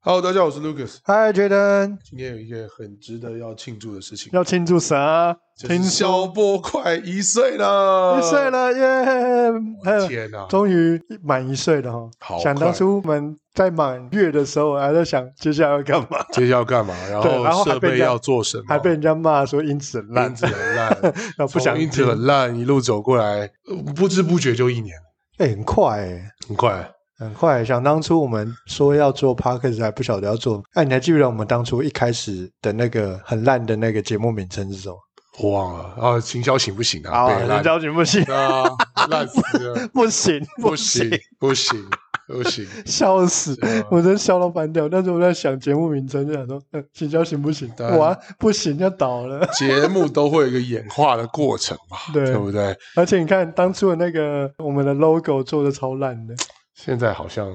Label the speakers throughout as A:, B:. A: Hello，大家好，我是 Lucas。
B: 嗨，Jaden，
A: 今天有一个很值得要庆祝的事情，
B: 要庆祝啥？
A: 就是
B: 听说
A: 萧波快一岁了，
B: 一岁，了耶！呃
A: 天哪、
B: 终于满一岁了哈、
A: 好
B: 想当
A: 快
B: 初我们在满月的时候，还在想接下来要干嘛，
A: 接下来要干嘛？然
B: 对然后
A: 后
B: 还
A: 设备
B: 被人家
A: 要做什么？
B: 还被人家骂说音质很烂
A: 烂，子很烂，
B: 然后 不想
A: 从嗯音质
B: 听
A: 很烂，一路走过来，呃不知不觉就一年了，
B: 哎、很快哎、
A: 很快。
B: 很快，想当初我们说要做 podcast，还不晓得要做。哎、你还记不记得我们当初一开始的那个很烂的那个节目名称是什么？
A: 我忘了啊，行销行不行啊？被烂
B: 人家不行，
A: 啊，烂死了，
B: 不行，
A: 不行，不行，不行，
B: 笑死
A: 对啊！
B: 我真笑到翻掉。但是我在想节目名称，就想说，呃行销行不行？
A: 当然
B: 哇，不行要倒了。
A: 节目都会有一个演化的过程嘛，
B: 对
A: 对不对？
B: 而且你看，当初的那个我们的 logo 做的超烂的，
A: 现在好像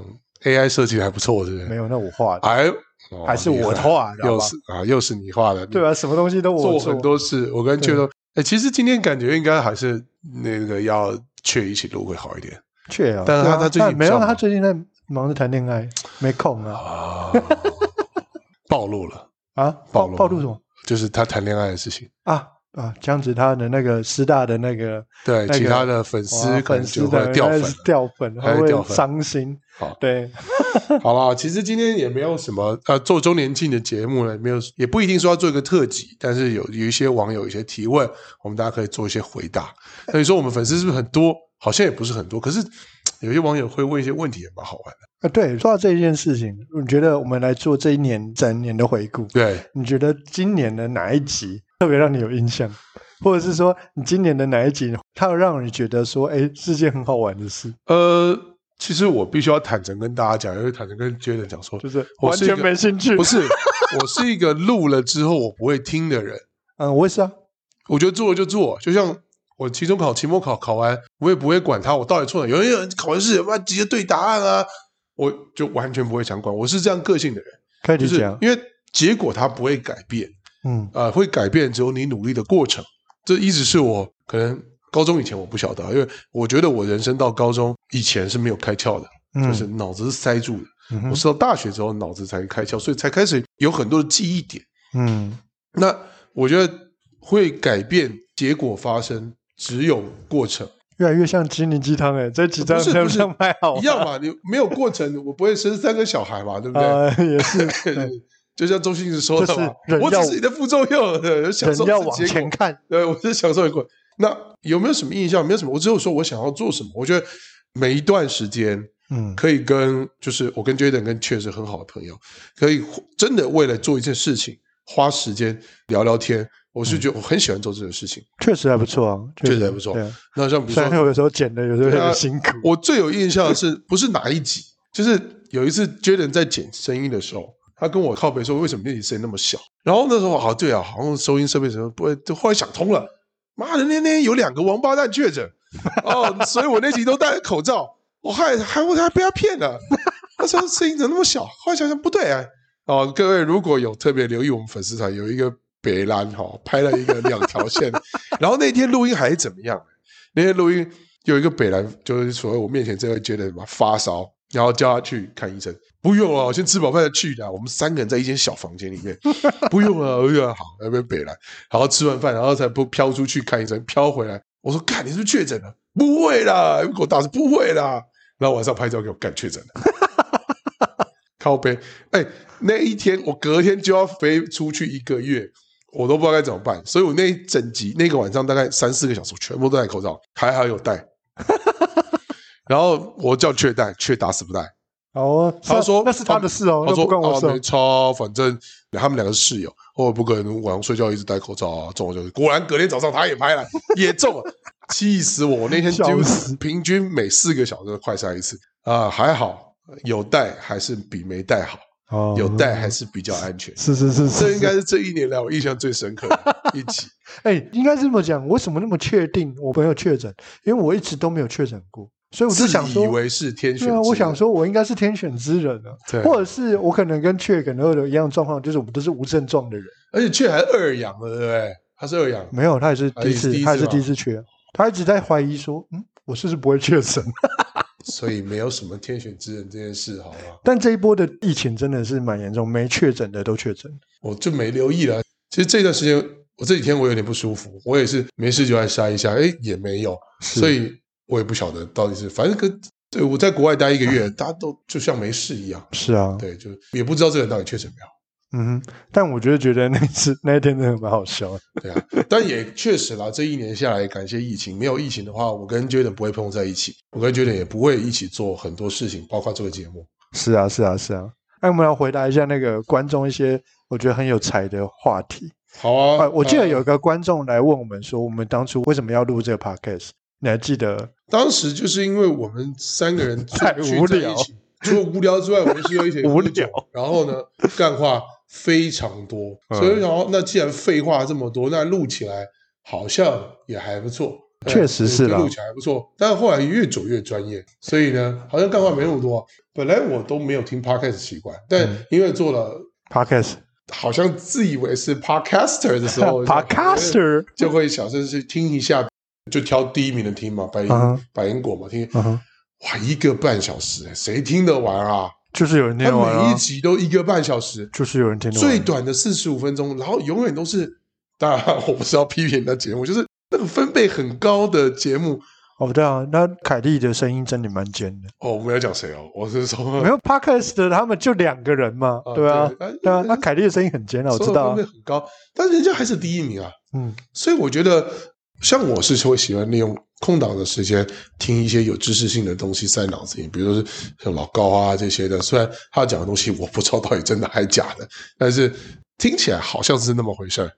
A: AI 设计的还不错，是不是？
B: 没有，那我画的，
A: 哎，哦
B: 啊还是
A: 厉害
B: 我画的，好
A: 又
B: 吧
A: 是啊，又是你画的，
B: 对
A: 啊，
B: 啊，什么东西都我
A: 做
B: 做
A: 很，多事。我跟雀
B: 对
A: 都，哎，其实今天感觉应该还是那个要雀一起录会好一点
B: 确啊。
A: 但是他
B: 对啊
A: 他最近
B: 但没有，
A: 比较
B: 他最近在忙着谈恋爱，没空啊
A: 啊。 暴露了，
B: 啊！
A: 暴
B: 暴
A: 露
B: 暴露什么
A: 就是他谈恋爱的事情。
B: 啊啊？姜子他的那个师大的那个
A: 对，
B: 那个
A: 其他的粉
B: 哇
A: 丝可
B: 粉
A: 能
B: 丝
A: 就
B: 的
A: 会掉
B: 那
A: 粉
B: 是。 掉粉，
A: 还
B: 还
A: 会掉
B: 会
A: 粉
B: 伤心
A: 好。
B: 对，
A: 好啦，其实今天也没有什么呃，做周年庆的节目呢，没有也不一定说要做一个特辑，但是有有一些网友有一些提问，我们大家可以做一些回答。那你说我们粉丝是不是很多？ 好像也不是很多，可是有些网友会问一些问题，也蛮好玩的。
B: 啊，对，说到这一件事情，你觉得我们来做这一年整年的回顾，
A: 对，
B: 你觉得今年的哪一集特别让你有印象，或者是说你今年的哪一集，它有让你觉得说，哎，是件很好玩的事，
A: 呃，其实我必须要坦诚跟大家讲，因为坦诚跟 Jaden 讲说，
B: 就是
A: 我
B: 完
A: 是一
B: 全
A: 个
B: 没兴趣
A: 不。是，我是一个录了之后我不会听的人。
B: 嗯，我也是啊，
A: 我觉得做了就做，就像我期中考、期末考考完，我也不会管他我到底错哪。有人有人考完试，有没有直接对答案啊？我就完全不会想管。我是这样个性的人，
B: 可以理
A: 就是
B: 解啊。
A: 因为结果它不会改变，
B: 嗯，
A: 呃，会改变只有你努力的过程。这一直是我可能高中以前我不晓得啊，因为我觉得我人生到高中以前是没有开窍的，
B: 嗯
A: 就是脑子是塞住的。
B: 嗯哼
A: 我是到大学之后脑子才开窍，所以才开始有很多的记忆点。
B: 嗯
A: 那我觉得会改变结果发生，只有过程。
B: 越来越像心灵鸡汤哎，这几张
A: 不是
B: 像
A: 不
B: 不
A: 是
B: 像卖好
A: 一样嘛，你没有过程，我不会生三个小孩嘛，对不对？
B: 啊？也是，对
A: 就像周星驰说的嘛
B: 就是，人
A: 我
B: 要
A: 只是你的副作用，对享
B: 人
A: 受
B: 要
A: 是
B: 往
A: 结
B: 前
A: 果，
B: 看。
A: 对，我是享受结果。那有没有什么印象？没有什么，我只有说我想要做什么。我觉得每一段时间
B: 嗯
A: 可以跟，就是我跟 Jaden 跟确实很好的朋友，可以真的为了做一件事情花时间聊聊天。我
B: 嗯
A: 是觉得我很喜欢做这种事情。
B: 确实还不错啊，
A: 确实还不错
B: 对啊
A: 那像比如
B: 虽
A: 说
B: 然，我有时候剪的有时候有
A: 对啊
B: 点辛苦。
A: 我最有印象的是不是哪一集？就是有一次 Jaden 在剪声音的时候，他跟我靠背说为什么那集声音那么小？然后那时候好对啊，好像收音设备什么不会，就后来想通了，妈的那天有两个王八蛋确诊哦，所以我那集都戴口罩，我还还我还被他骗了。那时候声音怎么那么小？后来想想不对啊。哦，各位如果有特别留意我们粉丝团，有一个北兰哈、哦、拍了一个两条线， 然后那天录音还是怎么样？那天录音有一个北兰，就是所谓我面前这位觉得什么发烧，然后叫他去看医生。不用啊，我先吃饱饭再去的啊。我们三个人在一间小房间里面，不用啊，哎呀，好，那边北兰，然后吃完饭，然后才不飘出去看医生，飘回来，我说干，你是不是确诊了？不会啦，给我打字不会啦。然后晚上拍照给我干确诊了，靠背，哎，那一天我隔天就要飞出去一个月，我都不知道该怎么办，所以我那一整集那个晚上大概三四个小时，我全部都戴口罩，还好有戴。然后我叫雀戴，雀打死不戴。
B: 哦，
A: 他
B: 是啊
A: 说
B: 那是他的事哦，
A: 他
B: 那
A: 说
B: 不关我事
A: 啊，
B: 哦
A: 没。差，反正他们两个是室友，哦我也不可能晚上睡觉一直戴口罩啊，中了就是果然隔天早上他也拍了，也中 了，气死我！我那天几乎
B: 笑死
A: 平均每四个小时快筛一次啊、还好有戴还是比没戴好，
B: 哦
A: 有戴还是比较安全。
B: 是是是是，
A: 这应该
B: 是
A: 是这一年来我印象最深刻 的一集。
B: 哎、应该这么讲。为什么那么确定我没有确诊？因为我一直都没有确诊过，所以我就
A: 自
B: 想
A: 以
B: 说，
A: 为是天选之
B: 对
A: 人。
B: 啊，我想说我应该是天选之人啊，
A: 对
B: 或者是我可能跟确诊二的一样状况，就是我们都是无症状的人。
A: 而且却还二阳了，对不对？他是二阳，
B: 没有，他也是第一次，
A: 啊也是第一次
B: 他也是
A: 吧
B: 第一次确，他一直在怀疑说，嗯，我是不是不会确诊？
A: 所以没有什么天选之人这件事，好吗？
B: 但这一波的疫情真的是蛮严重，没确诊的都确诊。
A: 我就没留意了。其实这段时间，我这几天我有点不舒服，我也是没事就来筛一下，哎，也没有，
B: 是
A: 所以我也不晓得到底是，反正跟对我在国外待一个 月，大家都就像没事一样，
B: 是啊，
A: 对，就也不知道这个人到底确诊没有。
B: 嗯哼。但我就是觉得那次那一天真的蛮好笑的。
A: 对啊，但也确实啦，这一年下来，感谢疫情。没有疫情的话，我跟 Jaden 不会碰在一起，我跟 Jaden 也不会一起做很多事情，包括这个节目。
B: 是啊，是啊，是啊。那我们来回答一下那个观众一些我觉得很有才的话题。
A: 好啊，
B: 啊，我记得有
A: 呃
B: 一个观众来问我们说，我们当初为什么要录这个 podcast？你还记得？
A: 当时就是因为我们三个 人
B: 太
A: 聚
B: 无
A: 在
B: 聊
A: 一起，除了无聊之外，我们是 有一点
B: 无
A: 喝酒
B: 聊。
A: 然后呢，干话非常多，所以
B: 嗯
A: 然后那既然废话这么多，那录起来好像也还不错。哎
B: 确实是啦
A: 录起来还不错，但后来越走越专业，所以呢，好像干话没那么多。本来我都没有听 podcast 习惯，但
B: 嗯
A: 因为做了
B: podcast
A: 好像自以为是 podcaster 的时候
B: podcaster，
A: 就会小声去听一下，就挑第一名的听嘛，百灵、
B: 嗯哼
A: 百灵果嘛，听
B: 嗯哼，
A: 哇一个半小时，谁听得完啊？
B: 就是有人听
A: 他
B: 得完
A: 每
B: 啊
A: 一，集都一个半小时，
B: 就是有人听得啊完
A: 最短的四十五分钟，然后永远都是，当然我不是要批评人家节目，就是那个分贝很高的节目。
B: 哦，对啊，那凯莉的声音真的蛮尖的。
A: 哦，我没有讲谁哦，我是说
B: 没有 podcast 的，他们就两个人嘛，
A: 啊
B: 对啊，
A: 对啊
B: 对啊。那凯莉的声音很尖啊，我
A: 说
B: 知
A: 的
B: 道啊
A: 分贝，很高，但人家还是第一名啊。
B: 嗯，
A: 所以我觉得，像我是会喜欢利用空档的时间听一些有知识性的东西塞脑子里，比如说是像老高啊这些的。虽然他讲的东西我不知道到底真的还假的，但是听起来好像是那么回事儿。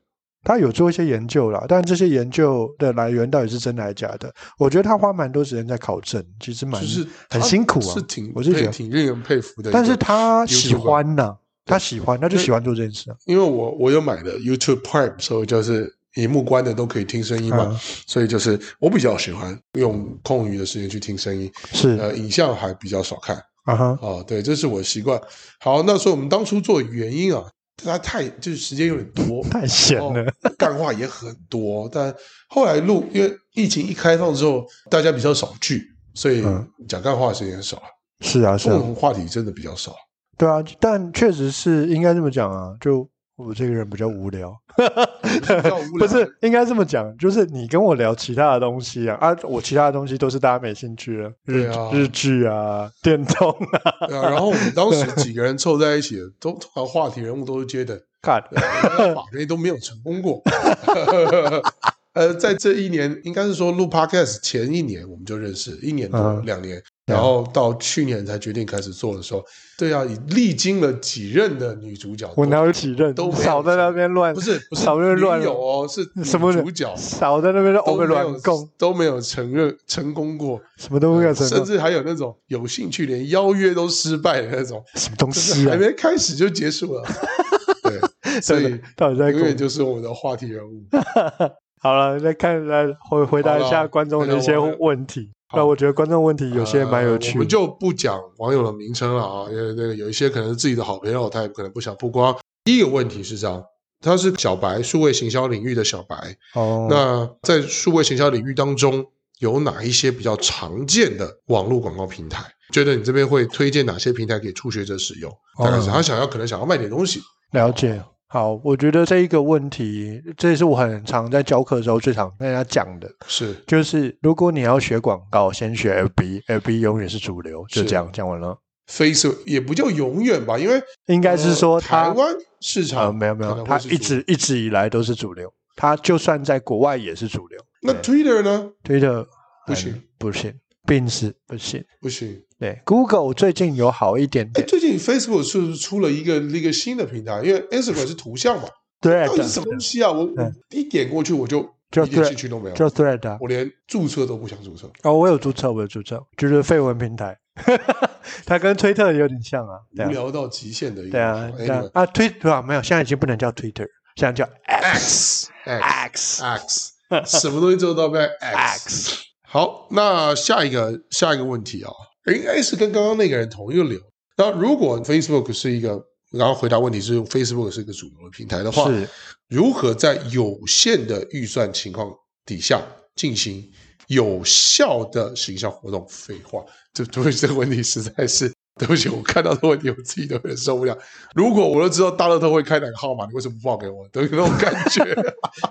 B: 他有做一些研究啦，但这些研究的来源到底是真的还是假的，我觉得他花蛮多时间在考证，其实蛮
A: 就是
B: 很辛苦啊，
A: 是挺
B: 我是觉
A: 对
B: 得
A: 挺令人佩服的一个。
B: 但是他喜
A: YouTuber
B: 欢呐、他喜欢，他就喜欢做这件事啊。
A: 因为我我有买的 YouTube Prime，所以就是荧幕关的都可以听声音嘛，
B: 嗯
A: 所以就是我比较喜欢用空余的时间去听声音，
B: 是
A: 呃，影像还比较少看。
B: 啊哈，
A: 哦，对，这是我的习惯。好，那所以我们当初做的原因啊，它太就是时间有点多，
B: 太闲
A: 哦
B: 了。
A: 干话也很多。但后来录，因为疫情一开放之后，大家比较少聚，所以
B: 嗯
A: 讲干话的时间少了，
B: 是啊，是
A: 共
B: 啊，
A: 同话题真的比较 少。
B: 对啊，但确实是应该这么讲啊，就。我这个人比较无聊，
A: 较无聊
B: 不是应该这么讲，就是你跟我聊其他的东西啊，啊，我其他的东西都是大家没兴趣的，日、
A: 对啊
B: 日剧啊，电动啊，
A: 对啊，然后我们当时几个人凑在一起，都通常话题人物都是接的，
B: 看，
A: 法律都没有成功过。 呃，在这一年，应该是说录 podcast 前一年我们就认识，一年多、
B: 嗯
A: 两年，
B: 对啊
A: 然后到去年才决定开始做的时候，对啊，已历经了几任的女主角，
B: 我哪有几任
A: 都没有
B: 少在那边乱，
A: 不是不是
B: 少在那边乱
A: 女友哦，是女
B: 什么人
A: 主角
B: 少在那边
A: 都
B: 乱
A: 没
B: 乱
A: 有
B: 供，
A: 都没有承认成功过，
B: 什么都没有成
A: 甚
B: 功，
A: 至还有那种有兴趣连邀约都失败的那种，
B: 什么东
A: 就是
B: 西
A: 还
B: 啊？
A: 没开始就结束了。对，所以
B: 真的到底在
A: 永
B: 供
A: 远就是我们的话题人物。
B: 好了，再看来回回答一
A: 好
B: 下
A: 了
B: 观众的一些
A: 那我们
B: 问题。
A: 好
B: 那我觉得观众问题有些蛮有
A: 呃
B: 趣
A: 我们就不讲网友的名称了啊，因为那个有一些可能是自己的好朋友，他也可能不想曝光。第一个问题是这样，他是小白，数位行销领域的小白。
B: 哦。
A: 那在数位行销领域当中，有哪一些比较常见的网络广告平台？觉得你这边会推荐哪些平台给初学者使用？大概是
B: 哦
A: 他想要可能想要卖点东西，
B: 了解。好，我觉得这一个问题，这也是我很常在教课的时候最常跟大家讲的，
A: 是
B: 就是如果你要学广告，先学 FB，FB 永远是主流，就是这样讲完了。
A: Facebook 也不叫永远吧，因为
B: 应该是说
A: 呃台
B: 它
A: 湾市
B: 呃
A: 场
B: 没有没
A: 可
B: 有，
A: 能
B: 它
A: 会是
B: 一
A: 主
B: 直一直以来都是主流，它就算在国外也是主流。
A: 那 Twitter 呢？
B: 推特
A: 不
B: 嗯
A: 行
B: 不行，并是不行。
A: 不行，
B: 对，Google 最近有好一点
A: 哎，
B: 点，
A: 最近 Facebook 是不是出了一个一个新的平台，因为 Instagram 是图像嘛，
B: 哎对
A: 到底是什么东西啊？我我一点过去我就
B: 就
A: 一点
B: 对
A: 兴趣都没有，
B: 就 Thread 啊，
A: 我连注册都不想注册。
B: 哦，我有注册，我有注册，就是绯闻平台， 它跟推特有点像啊，对
A: 无
B: 啊，
A: 聊到极限的一个
B: 对啊，
A: 地
B: 对啊
A: 方，
B: 啊，推对啊，没有，现在已经不能叫 Twitter，现在叫
A: Anyway，X X
B: X
A: X，什么东西最后都要变 X。
B: X，
A: 好，那下一个下一个问题啊、应该是跟刚刚那个人同一个流。那如果 Facebook 是一个，然后回答问题是 Facebook 是一个主流的平台的话，
B: 是
A: 如何在有限的预算情况底下进行有效的行销活动。废话，这对不起，这个问题实在是 对不起，我看到的问题我自己都有点受不了。如果我都知道大乐透会开哪个号码，你为什么不报给我？都有那种感 觉。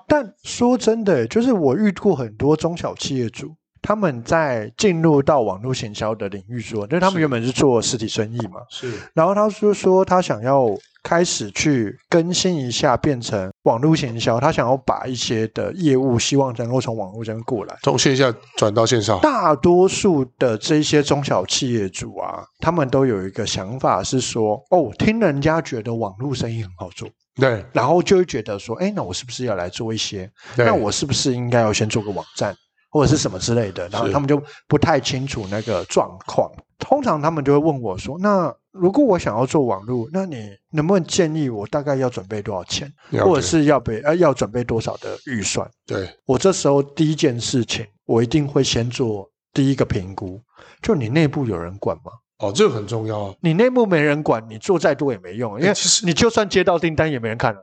B: 但说真的，就是我遇过很多中小企业主，他们在进入到网络行销的领域说，就是他
A: 是
B: 们原本是做实体生意嘛，
A: 是
B: 然后他就说他想要开始去更新一下，变成网络行销，他想要把一些的业务希望能够从网络这边过来。
A: 从线下转到线上，
B: 大多数的这些中小企业主啊，他们都有一个想法是说，哦，听人家觉得网络生意很好做，
A: 对，
B: 然后就会觉得说，哎，那我是不是要来做一些？
A: 对
B: 那我是不是应该要先做个网站或者是什么之类的？然后
A: 是
B: 他们就不太清楚那个状况。通常他们就会问我说：“那如果我想要做网络，那你能不能建议我大概要准备多少钱，
A: 了
B: 或者
A: 解
B: 是要备呃要准备多少的预算
A: 对？”
B: 我这时候第一件事情，我一定会先做第一个评估，就你内部有人管吗？
A: 哦，这个很重要啊。哎
B: 你内部没人管，你做再多也没用，因为
A: 其实
B: 你就算接到订单也没人看了。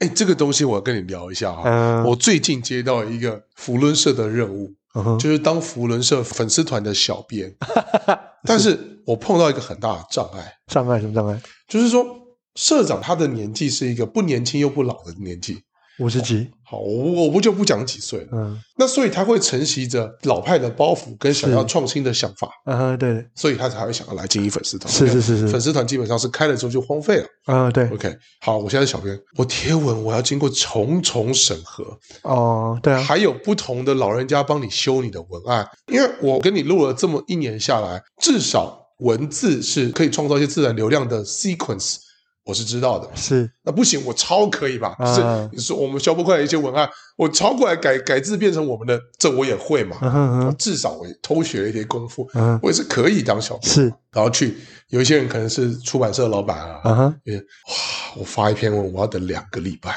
A: 哎，这个东西我要跟你聊一下哈。
B: 嗯
A: 我最近接到一个福伦社的任务，就是当福伦社粉丝团的小编， 但是我碰到一个很大的障碍，
B: 障碍什么障碍？
A: 就是说社长他的年纪是一个不年轻又不老的年纪。
B: 五十级，
A: 好，我不我不就不讲几岁了，
B: 嗯
A: 那所以他会承袭着老派的包袱跟想要创新的想法，
B: 嗯哼，对。
A: 所以他才会想要来经营粉丝团。
B: 是是是是
A: 粉丝团基本上是开了之后就荒废了。
B: 嗯，对，
A: OK，好，我现在是小编，我贴文我要经过重重审核，
B: 哦，对啊，
A: 还有不同的老人家帮你修你的文案，因为我跟你录了这么一年下来，至少文字是可以创造一些自然流量的 sequence，我是知道的。
B: 是，
A: 那不行，我抄可以吧？
B: 啊
A: 是，你说我们消波快的一些文案，我抄过来改改字变成我们的，这我也会嘛。
B: 嗯哼哼，
A: 至少我也偷学了一些功夫，
B: 嗯哼，
A: 我也是可以当小编。
B: 是，
A: 然后去有一些人可能是出版社的老板啊，
B: 嗯哼，
A: 因为哇，我发一篇文，我要等两个礼拜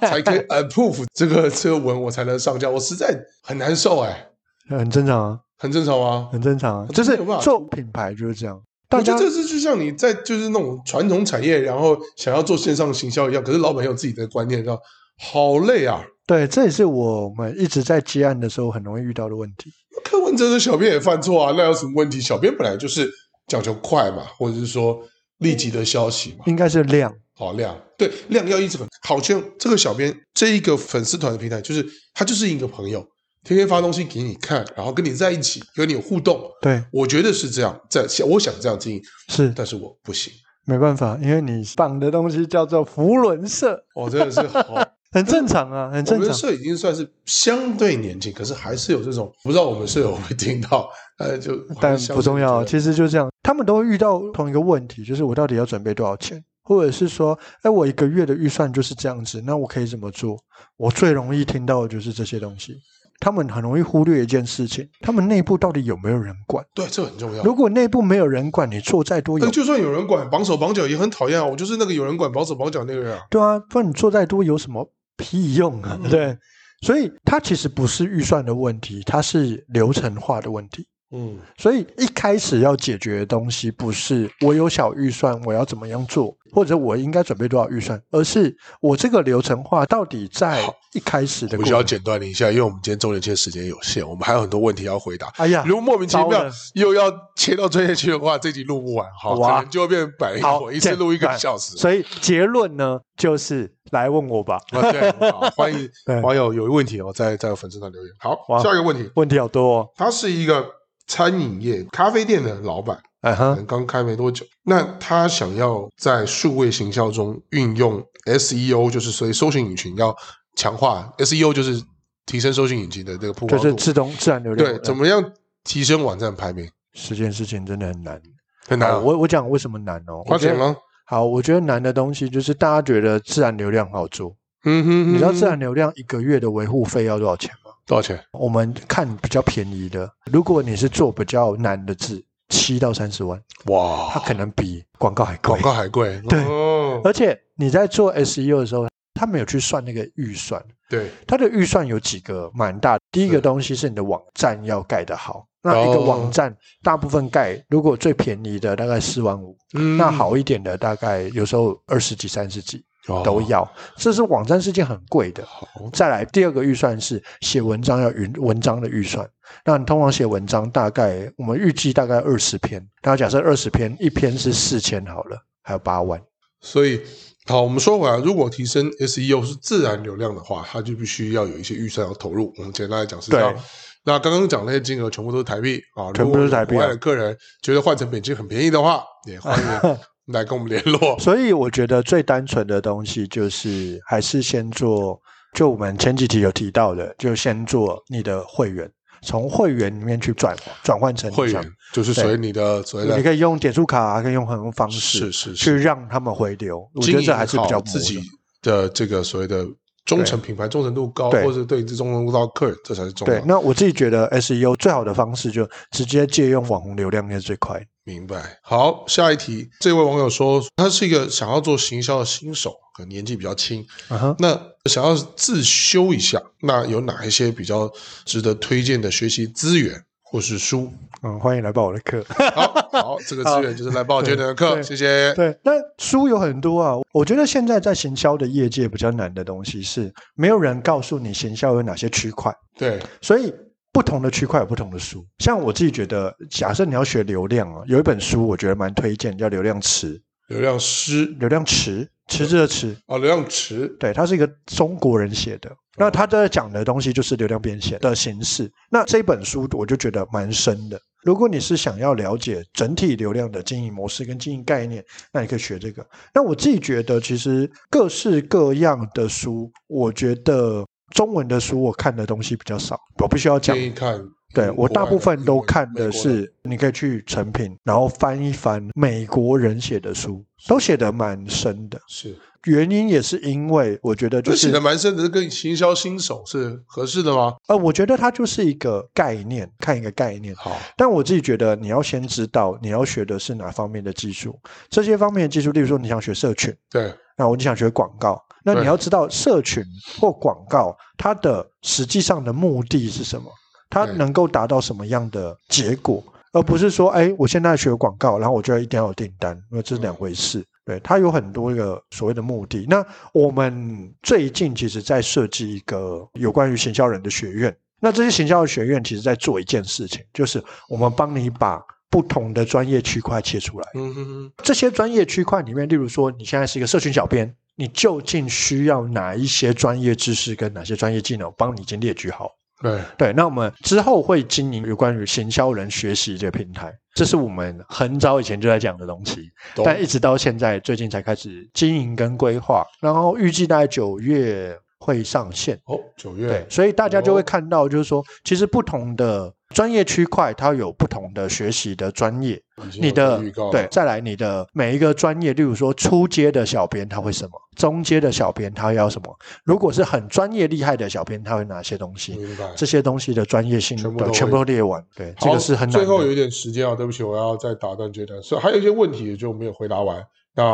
A: 才可以 approve 这个这个文，我才能上架，我实在很难受哎、
B: 很正常啊，
A: 很正常啊。
B: 很正常啊，
A: 我
B: 就
A: 真的没
B: 是
A: 有办法
B: 做品牌就是这样，大
A: 我觉
B: 家
A: 得这是就像你在就是那种传统产业，然后想要做线上行销一样，可是老板有自己的观念，知道好累啊。
B: 对，这也是我们一直在接案的时候很容易遇到的问题。
A: 柯文哲的小编也犯错啊，那有什么问题？小编本来就是讲求快嘛，或者是说立即的消息嘛。
B: 应该是量，
A: 好量，对量要一直很好像这个小编这一个粉丝团的平台，就是他就是一个朋友，天天发东西给你看，然后跟你在一起，跟你有互动。
B: 对，
A: 我觉得是这样，在想我想这样经营，
B: 是
A: 但是我不行。
B: 没办法，因为你绑的东西叫做福伦社，
A: 我、哦真的 是好，
B: 很正常啊，很
A: 我
B: 正
A: 们的
B: 常。
A: 社已经算是相对年轻，可是还是有这种，不知道我们舍友会听到，呃，就
B: 但不重要，
A: 其实
B: 其实就这样，他们都会遇到同一个问题，就是我到底要准备多少钱，或者是说，哎，我一个月的预算就是这样子，那我可以怎么做？我最容易听到的就是这些东西，他们很容易忽略一件事情，他们内部到底有没有人管？
A: 对这很重要。
B: 如果内部没有人管，你做再多有
A: 但就算有人管绑手绑脚也很讨厌啊！我就是那个有人管绑手绑脚那个人啊。
B: 对啊，不然你做再多有什么屁用啊？
A: 嗯
B: 对，所以它其实不是预算的问题，它是流程化的问题。
A: 嗯，
B: 所以一开始要解决的东西，不是我有小预算，我要怎么样做，或者我应该准备多少预算，而是我这个流程化到底在一开始的
A: 我
B: 过
A: 需要
B: 程。
A: 简短你一下，因为我们今天中年期的时间有限，我们还有很多问题要回答。
B: 哎呀，
A: 如果莫名其
B: 糟
A: 妙
B: 了
A: 又要切到专业区的话，这集录不完哈，
B: 哇
A: 可能就会变百灵
B: 好
A: 果，一次录一
B: 简
A: 个
B: 单
A: 小时。
B: 所以结论呢，就是来问我吧，
A: 啊，对，好欢迎
B: 对
A: 网友有问题哦，在在粉丝团留言。好
B: 哇，
A: 下一个问题，
B: 问题好多、哦。
A: 他是一个餐饮业咖啡店的老板，可
B: 嗯哼，
A: 能刚开没多久。那他想要在数位行销中运用 SEO，就是所以搜寻引擎要强化 SEO，就是提升搜寻引擎的这个曝
B: 就
A: 光
B: 是
A: 度。
B: 自动自然流量。
A: 对，怎么样提升网站排名？
B: 十件事情真的很难。
A: 很难啊、
B: 好我我讲为什么难哦？
A: 花钱
B: 我觉得
A: 吗？
B: 好，我觉得难的东西就是大家觉得自然流量好做，
A: 嗯哼
B: 你知道
A: 嗯哼
B: 自然流量一个月的维护费要多少钱吗？
A: 多少钱？
B: 我们看比较便宜的，如果你是做比较难的字，七到三十万，
A: 哇，
B: 它可能比广告还贵
A: 广。告还贵。
B: 对
A: 哦
B: 而且你在做 SEO 的时候，他没有去算那个预算，
A: 对，
B: 它的预算有几个蛮大。第一个
A: 是哦
B: 东西是你的网站要盖得好，那一个网站大部分盖，如果最便宜的大概四万五，
A: 嗯
B: 那好一点的大概有时候二十几、三十几。
A: 哦
B: 都要。这是网站是件很贵的。
A: 好，
B: 再来第二个预算是写文章要云文章的预算。那你通常写文章大概我们预计大概二十篇，然后假设二十篇，一篇是四千好了，还有八万。
A: 所以好，我们说回来，如果提升 SEO 是自然流量的话，它就必须要有一些预算要投入。我们简单来讲是这样
B: 对。
A: 那刚刚讲那些金额全部都是台币啊，
B: 全部都是台币
A: 如
B: 啊
A: 果有国外的客人觉得换成美金很便宜的话，也欢 迎来跟我们联络。
B: 所以我觉得最单纯的东西就是还是先做，就我们前几题有提到的，就先做你的会员，从会员里面去转转换成
A: 会
B: 商
A: 员就是所谓你的所谓
B: 你
A: 的
B: 可以用点数卡、啊，可以用很多方
A: 是
B: 式
A: 是
B: 去
A: 是，
B: 让他们回流。我觉
A: 经
B: 得
A: 营
B: 这还是比较
A: 好
B: 模
A: 自己
B: 的
A: 的这个所谓的忠诚品牌忠诚度高，
B: 对
A: 或者对这忠诚度高的客人，这才是重要
B: 对
A: 的。。
B: 那我自己觉得 SEO 最好的方式就直接借用网红流量那是最快的。
A: 明白。好，下一题，这位网友说，他是一个想要做行销的新手，可能年纪比较轻，
B: 嗯哼，
A: 那想要自修一下，那有哪一些比较值得推荐的学习资源或是书？
B: 嗯，欢迎来报我的课。
A: 好，好， 这个资源就是来报娟的课，
B: 对
A: 谢谢。
B: 对，那书有很多啊。我觉得现在在行销的业界比较难的东西是，没有人告诉你行销有哪些区块，
A: 对，
B: 所以不同的区块有不同的书。像我自己觉得，假设你要学流量啊，有一本书我觉得蛮推荐，叫《流量池》，
A: 流量师
B: 流量池，池子的池。
A: 啊，流量池，
B: 对，他是一个中国人写的。
A: 哦
B: 那他在讲的东西就是流量变现的形式。那这本书我就觉得蛮深的。如果你是想要了解整体流量的经营模式跟经营概念，那你可以学这个。那我自己觉得，其实各式各样的书，我觉得中文的书我看的东西比较少，我必须要讲
A: 建。议看。
B: 对我大部分都看
A: 美
B: 的
A: 国
B: 是，你可以去成品，然后翻一翻美国人写的书，都写得蛮深的。
A: 是，
B: 原因也是因为我觉得就
A: 这
B: 是
A: 写的蛮深的，这跟行销新手是合适的吗？
B: 呃，我觉得它就是一个概念，看一个概念。
A: 好，
B: 但我自己觉得，你要先知道你要学的是哪方面的技术，这些方面的技术，例如说你想学社群，
A: 对，
B: 那我就想学广告，那
A: 对
B: 你要知道社群或广告它的实际上的目的是什么，它
A: 对
B: 能够达到什么样的结果，而不是说，哎，我现在学广告，然后我就要一定要有订单，那这
A: 嗯
B: 是两回事。对，它有很多个所谓的目的。那我们最近其实在设计一个有关于行销人的学院。那这些行销的学院其实在做一件事情，就是我们帮你把不同的专业区块切出来。
A: 嗯哼哼，
B: 这些专业区块里面，例如说你现在是一个社群小编，你究竟需要哪一些专业知识跟哪些专业技能，帮你已经列举好。
A: 对，
B: 对，那我们之后会经营有关于行销人学习这个平台，这是我们很早以前就在讲的东西，
A: 懂
B: 但一直到现在最近才开始经营跟规划，然后预计大概九月会上线。
A: 哦，九
B: 对
A: 月，，
B: 所以大家就
A: 哦
B: 会看到，就是说，其实不同的专业区块，它有不同的学习的专业，
A: 已经有
B: 你的
A: 预告了啊
B: 对，再来你的每一个专业，例如说初阶的小编他会什么，中阶的小编他要什么，如果是很专业厉害的小编，他会哪些东西？
A: 明白。
B: 这些东西的专业性
A: 嗯全部都
B: 对
A: 会
B: 全部都列完，对，这
A: 好
B: 个是很难
A: 最后有
B: 的。
A: 一点时间啊，对不起，我要再打断这段，所以还有一些问题也就没有回答完。那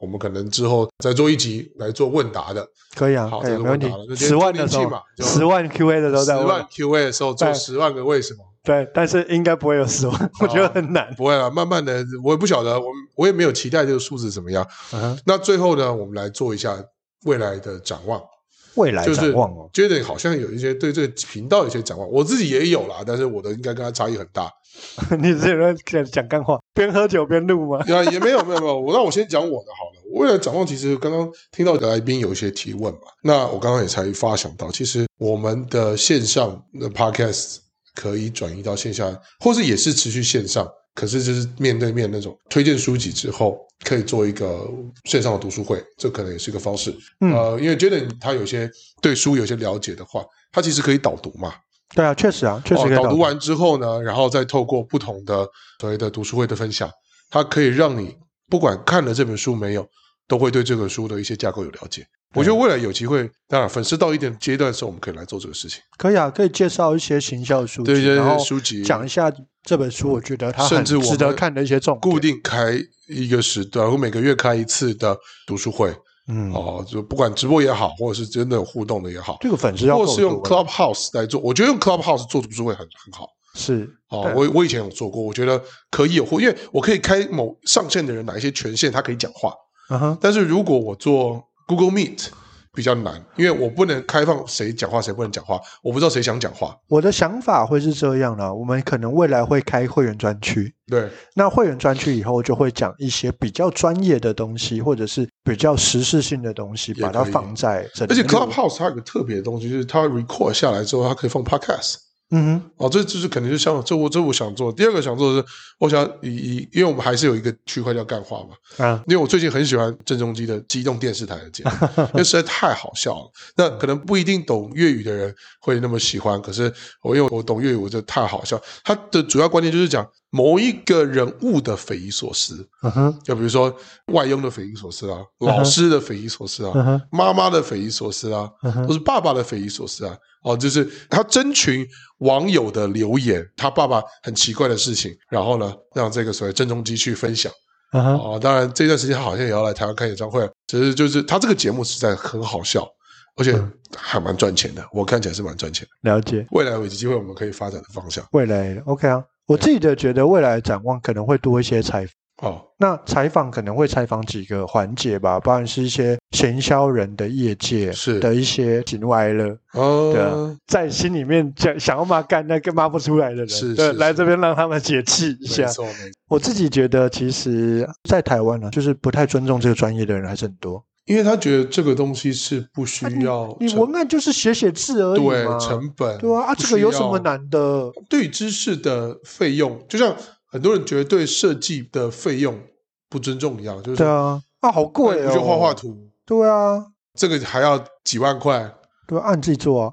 A: 我们可能之后再做一集来做问答的，
B: 可以啊，
A: 好
B: 可以
A: 这个
B: 没问
A: 问
B: 题
A: 答了那。就
B: 十万的时
A: 就定期嘛
B: 候，
A: 就
B: 十万 QA 的时候
A: 十
B: 再问
A: 万，Q&A 的时候做
B: 对
A: 十万个为什么，
B: 对，但是应该不会有十万，我觉得很难。
A: 不会了，慢慢的，我也不晓得，我我也没有期待这个数字怎么样。
B: 嗯哼
A: 那最后呢，我们来做一下未来的展望，
B: 未来
A: 就是
B: 展望哦，
A: Jaden 好像有一些对这个频道有些展望，我自己也有啦，但是我的应该跟他差异很大。
B: 你是在讲干话，边喝酒边录吗？
A: 呀，也没有没有没有，我那我先讲我的好了。我未来展望，其实刚刚听到来宾有一些提问嘛，那我刚刚也才发想到，其实我们的线上的 podcast 可以转移到线下，或是也是持续线上，可是就是面对面那种推荐书籍之后，可以做一个线上的读书会，这可能也是一个方式。
B: 嗯
A: 呃，因为 Jaden 他有些对书有些了解的话，他其实可以导读嘛，
B: 对啊，确实啊，确实可以
A: 哦、导
B: 懂
A: 读完之后呢，然后再透过不同的所谓的读书会的分享，它可以让你不管看了这本书没有，都会对这本书的一些架构有了解。我觉得未来有机会，当然粉丝到一定阶段的时候，我们可以来做这个事情。
B: 可以啊，可以介绍一些行销书籍，
A: 对对
B: 然
A: 对，
B: 后
A: 书籍
B: 讲一下这本书，我觉得它
A: 甚
B: 很
A: 至我们
B: 值得看的一些重点
A: 固，定开一个时段，我每个月开一次的读书会
B: 嗯，
A: 哦，就不管直播也好，或者是真的有互动的也好，
B: 这个粉丝要
A: 或
B: 够
A: 者是用
B: 多
A: Clubhouse 来做，我觉得用 Clubhouse 做读书会很很好。
B: 是
A: 哦
B: 对，
A: 我我以前有做过，我觉得可以有互，因为我可以开某上线的人哪一些权限，他可以讲话。
B: 嗯哼，
A: 但是如果我做 Google Meet 比较难，因为我不能开放谁讲话谁不能讲话，我不知道谁想讲话。
B: 我的想法会是这样啦，我们可能未来会开会员专区，
A: 对，
B: 那会员专区以后就会讲一些比较专业的东西，或者是比较时事性的东西，
A: 也
B: 把它
A: 可以
B: 放在这里。
A: 而且
B: 例如
A: Clubhouse 它有个特别的东西，就是它 record 下来之后，它可以放 podcast。
B: 嗯哼，
A: 哦，这就是可能就像这我这我想做。第二个想做的是，我想以以，因为我们还是有一个区块叫干话嘛，
B: 啊，
A: 因为我最近很喜欢郑中基的机动电视台的节 目，因为实在太好笑了。那可能不一定懂粤语的人会那么喜欢，可是我因为我懂粤语，我就太好笑。他的主要观点就是讲某一个人物的匪夷所思，
B: 嗯哼，
A: 就比如说外佣的匪夷所思啊，
B: 嗯
A: 老
B: 哼
A: 师的匪夷所思啊，
B: 嗯哼，
A: 妈妈的匪夷所思啊，
B: 嗯
A: 或
B: 哼，
A: 是爸爸的匪夷所思啊，哦，就是他征询网友的留言，他爸爸很奇怪的事情，然后呢，让这个所谓郑中基去分享。
B: 嗯哼，
A: 哦，当然这段时间他好像也要来台湾开演唱会，只是就是他这个节目实在很好笑，而且
B: 嗯
A: 还蛮赚钱的，我看起来是蛮赚钱的。
B: 了解。
A: 未来有机会我们可以发展的方向。
B: 未来 OK 啊，我自己的觉得未来展望可能会多一些采访。
A: 哦，
B: 那采访可能会采访几个环节吧，包含是一些行销人的业界
A: 是
B: 的一些喜怒哀乐，对啊
A: 哦，
B: 在心里面想想要骂干那个骂不出来的人，
A: 是
B: 对
A: 是
B: 来
A: 是
B: 这边让他们解气
A: 没
B: 一下。
A: 错，没错。
B: 我自己觉得，其实，在台湾呢、就是不太尊重这个专业的人还是很多。
A: 因为他觉得这个东西是不需要
B: 你
A: 成
B: 文案就是写写字而已嘛
A: 对，成本，
B: 对啊，啊，
A: 不
B: 这个有
A: 需
B: 什么
A: 要
B: 难的？
A: 对知识的费用，就像很多人觉得对设计的费用不尊重一样，就是
B: 对啊，啊，好
A: 那你
B: 贵哦，
A: 不就画画，图，
B: 对啊，
A: 这个还要几万块，
B: 对啊，按自己做啊。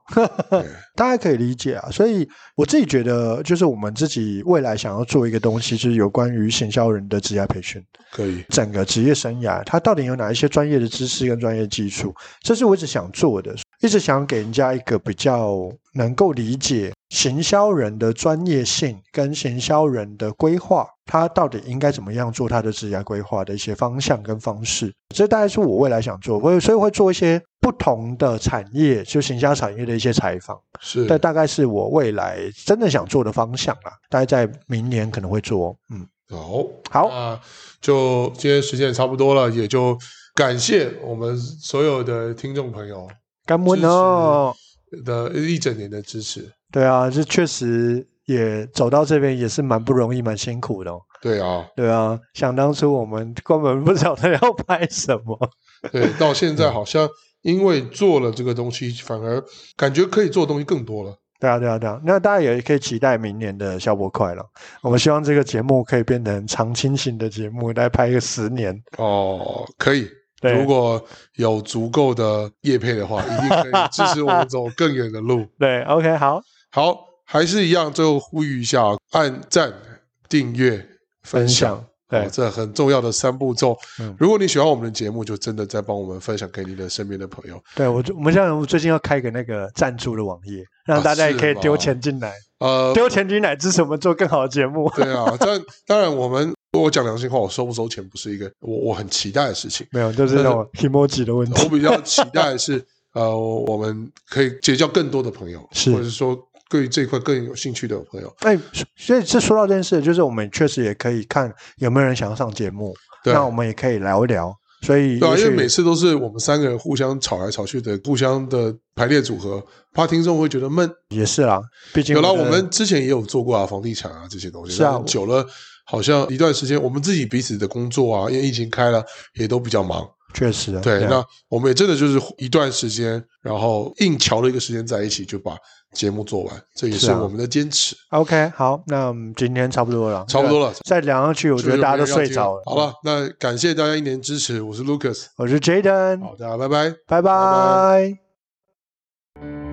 A: 对
B: 大家可以理解啊，所以我自己觉得，就是我们自己未来想要做一个东西，就是有关于行销人的职业培训，
A: 可以，
B: 整个职业生涯，它到底有哪一些专业的知识跟专业基础，这是我一直想做的，一直想给人家一个比较能够理解行销人的专业性跟行销人的规划，他到底应该怎么样做他的职业规划的一些方向跟方式，这大概是我未来想做，我所以会做一些不同的产业，就行销产业的一些采访。
A: 是
B: 这大概是我未来真的想做的方向啦，大概在明年可能会做哦。嗯，
A: 好，
B: 好
A: 那就今天时间也差不多了，也就感谢我们所有的听众朋友
B: 干温哦，
A: 的一整年的支持。
B: 对啊，这确实也走到这边也是蛮不容易，蛮辛苦的、哦。
A: 对啊，
B: 对啊，想当初我们根本不晓得要拍什么。
A: 对，到现在好像因为做了这个东西，反而感觉可以做的东西更多了。
B: 对啊，对啊，对啊，那大家也可以期待明年的消博快了。我们希望这个节目可以变成常青型的节目，来拍个十年。
A: 哦，可以。
B: 对
A: 如果有足够的业配的话，一定可以支持我们走更远的路。
B: 对，OK，好，
A: 好，还是一样，最后呼吁一下啊，按赞、订阅、分享。
B: 分享对
A: 哦这很重要的三步骤。
B: 嗯
A: 如果你喜欢我们的节目，就真的再帮我们分享给你的身边的朋友
B: 对我我们现在最近要开个那个赞助的网页，让大家也可以
A: 啊是吗
B: 丢钱进来。
A: 呃，
B: 丢钱进来支持我们做更好的节目。
A: 对啊， 但当然，我们我讲良心话，我收不收钱不是一个我我很期待的事情。
B: 没有，就是那种 emoji 的问
A: 我
B: 题。
A: 比较期待的 是，呃，我们可以结交更多的朋友，
B: 是
A: 或者是说对这一块更有兴趣的朋友。
B: 哎，所以这说到这件事，就是我们确实也可以看有没有人想要上节目，
A: 对啊
B: 那我们也可以聊一聊。所以
A: 对啊，
B: 也
A: 因
B: 许
A: 为每次都是我们三个人互相吵来吵去的，互相的排列组合，怕听众会觉得闷。
B: 也是啦，毕竟
A: 有啦，
B: 觉
A: 我
B: 得
A: 们之前也有做过啊，房地产啊这些东西。
B: 是啊
A: 但
B: 我
A: 久了好像一段时间，我们自己彼此的工作啊，因为疫情开了，也都比较忙。
B: 确实啊
A: 对，
B: 啊
A: 那我们也真的就是一段时间，然后硬瞧了一个时间在一起，就把节目做完，这也
B: 是
A: 是
B: 啊
A: 我们的坚持。
B: OK 好，那我们今天差不多了，
A: 差不多了
B: 再聊下去，我觉得大家都睡着了。
A: 好，了，那感谢大家一年支持，我是 Lucas，
B: 我是 Jaden，
A: 好，大家拜拜。
B: 拜
A: 拜
B: 拜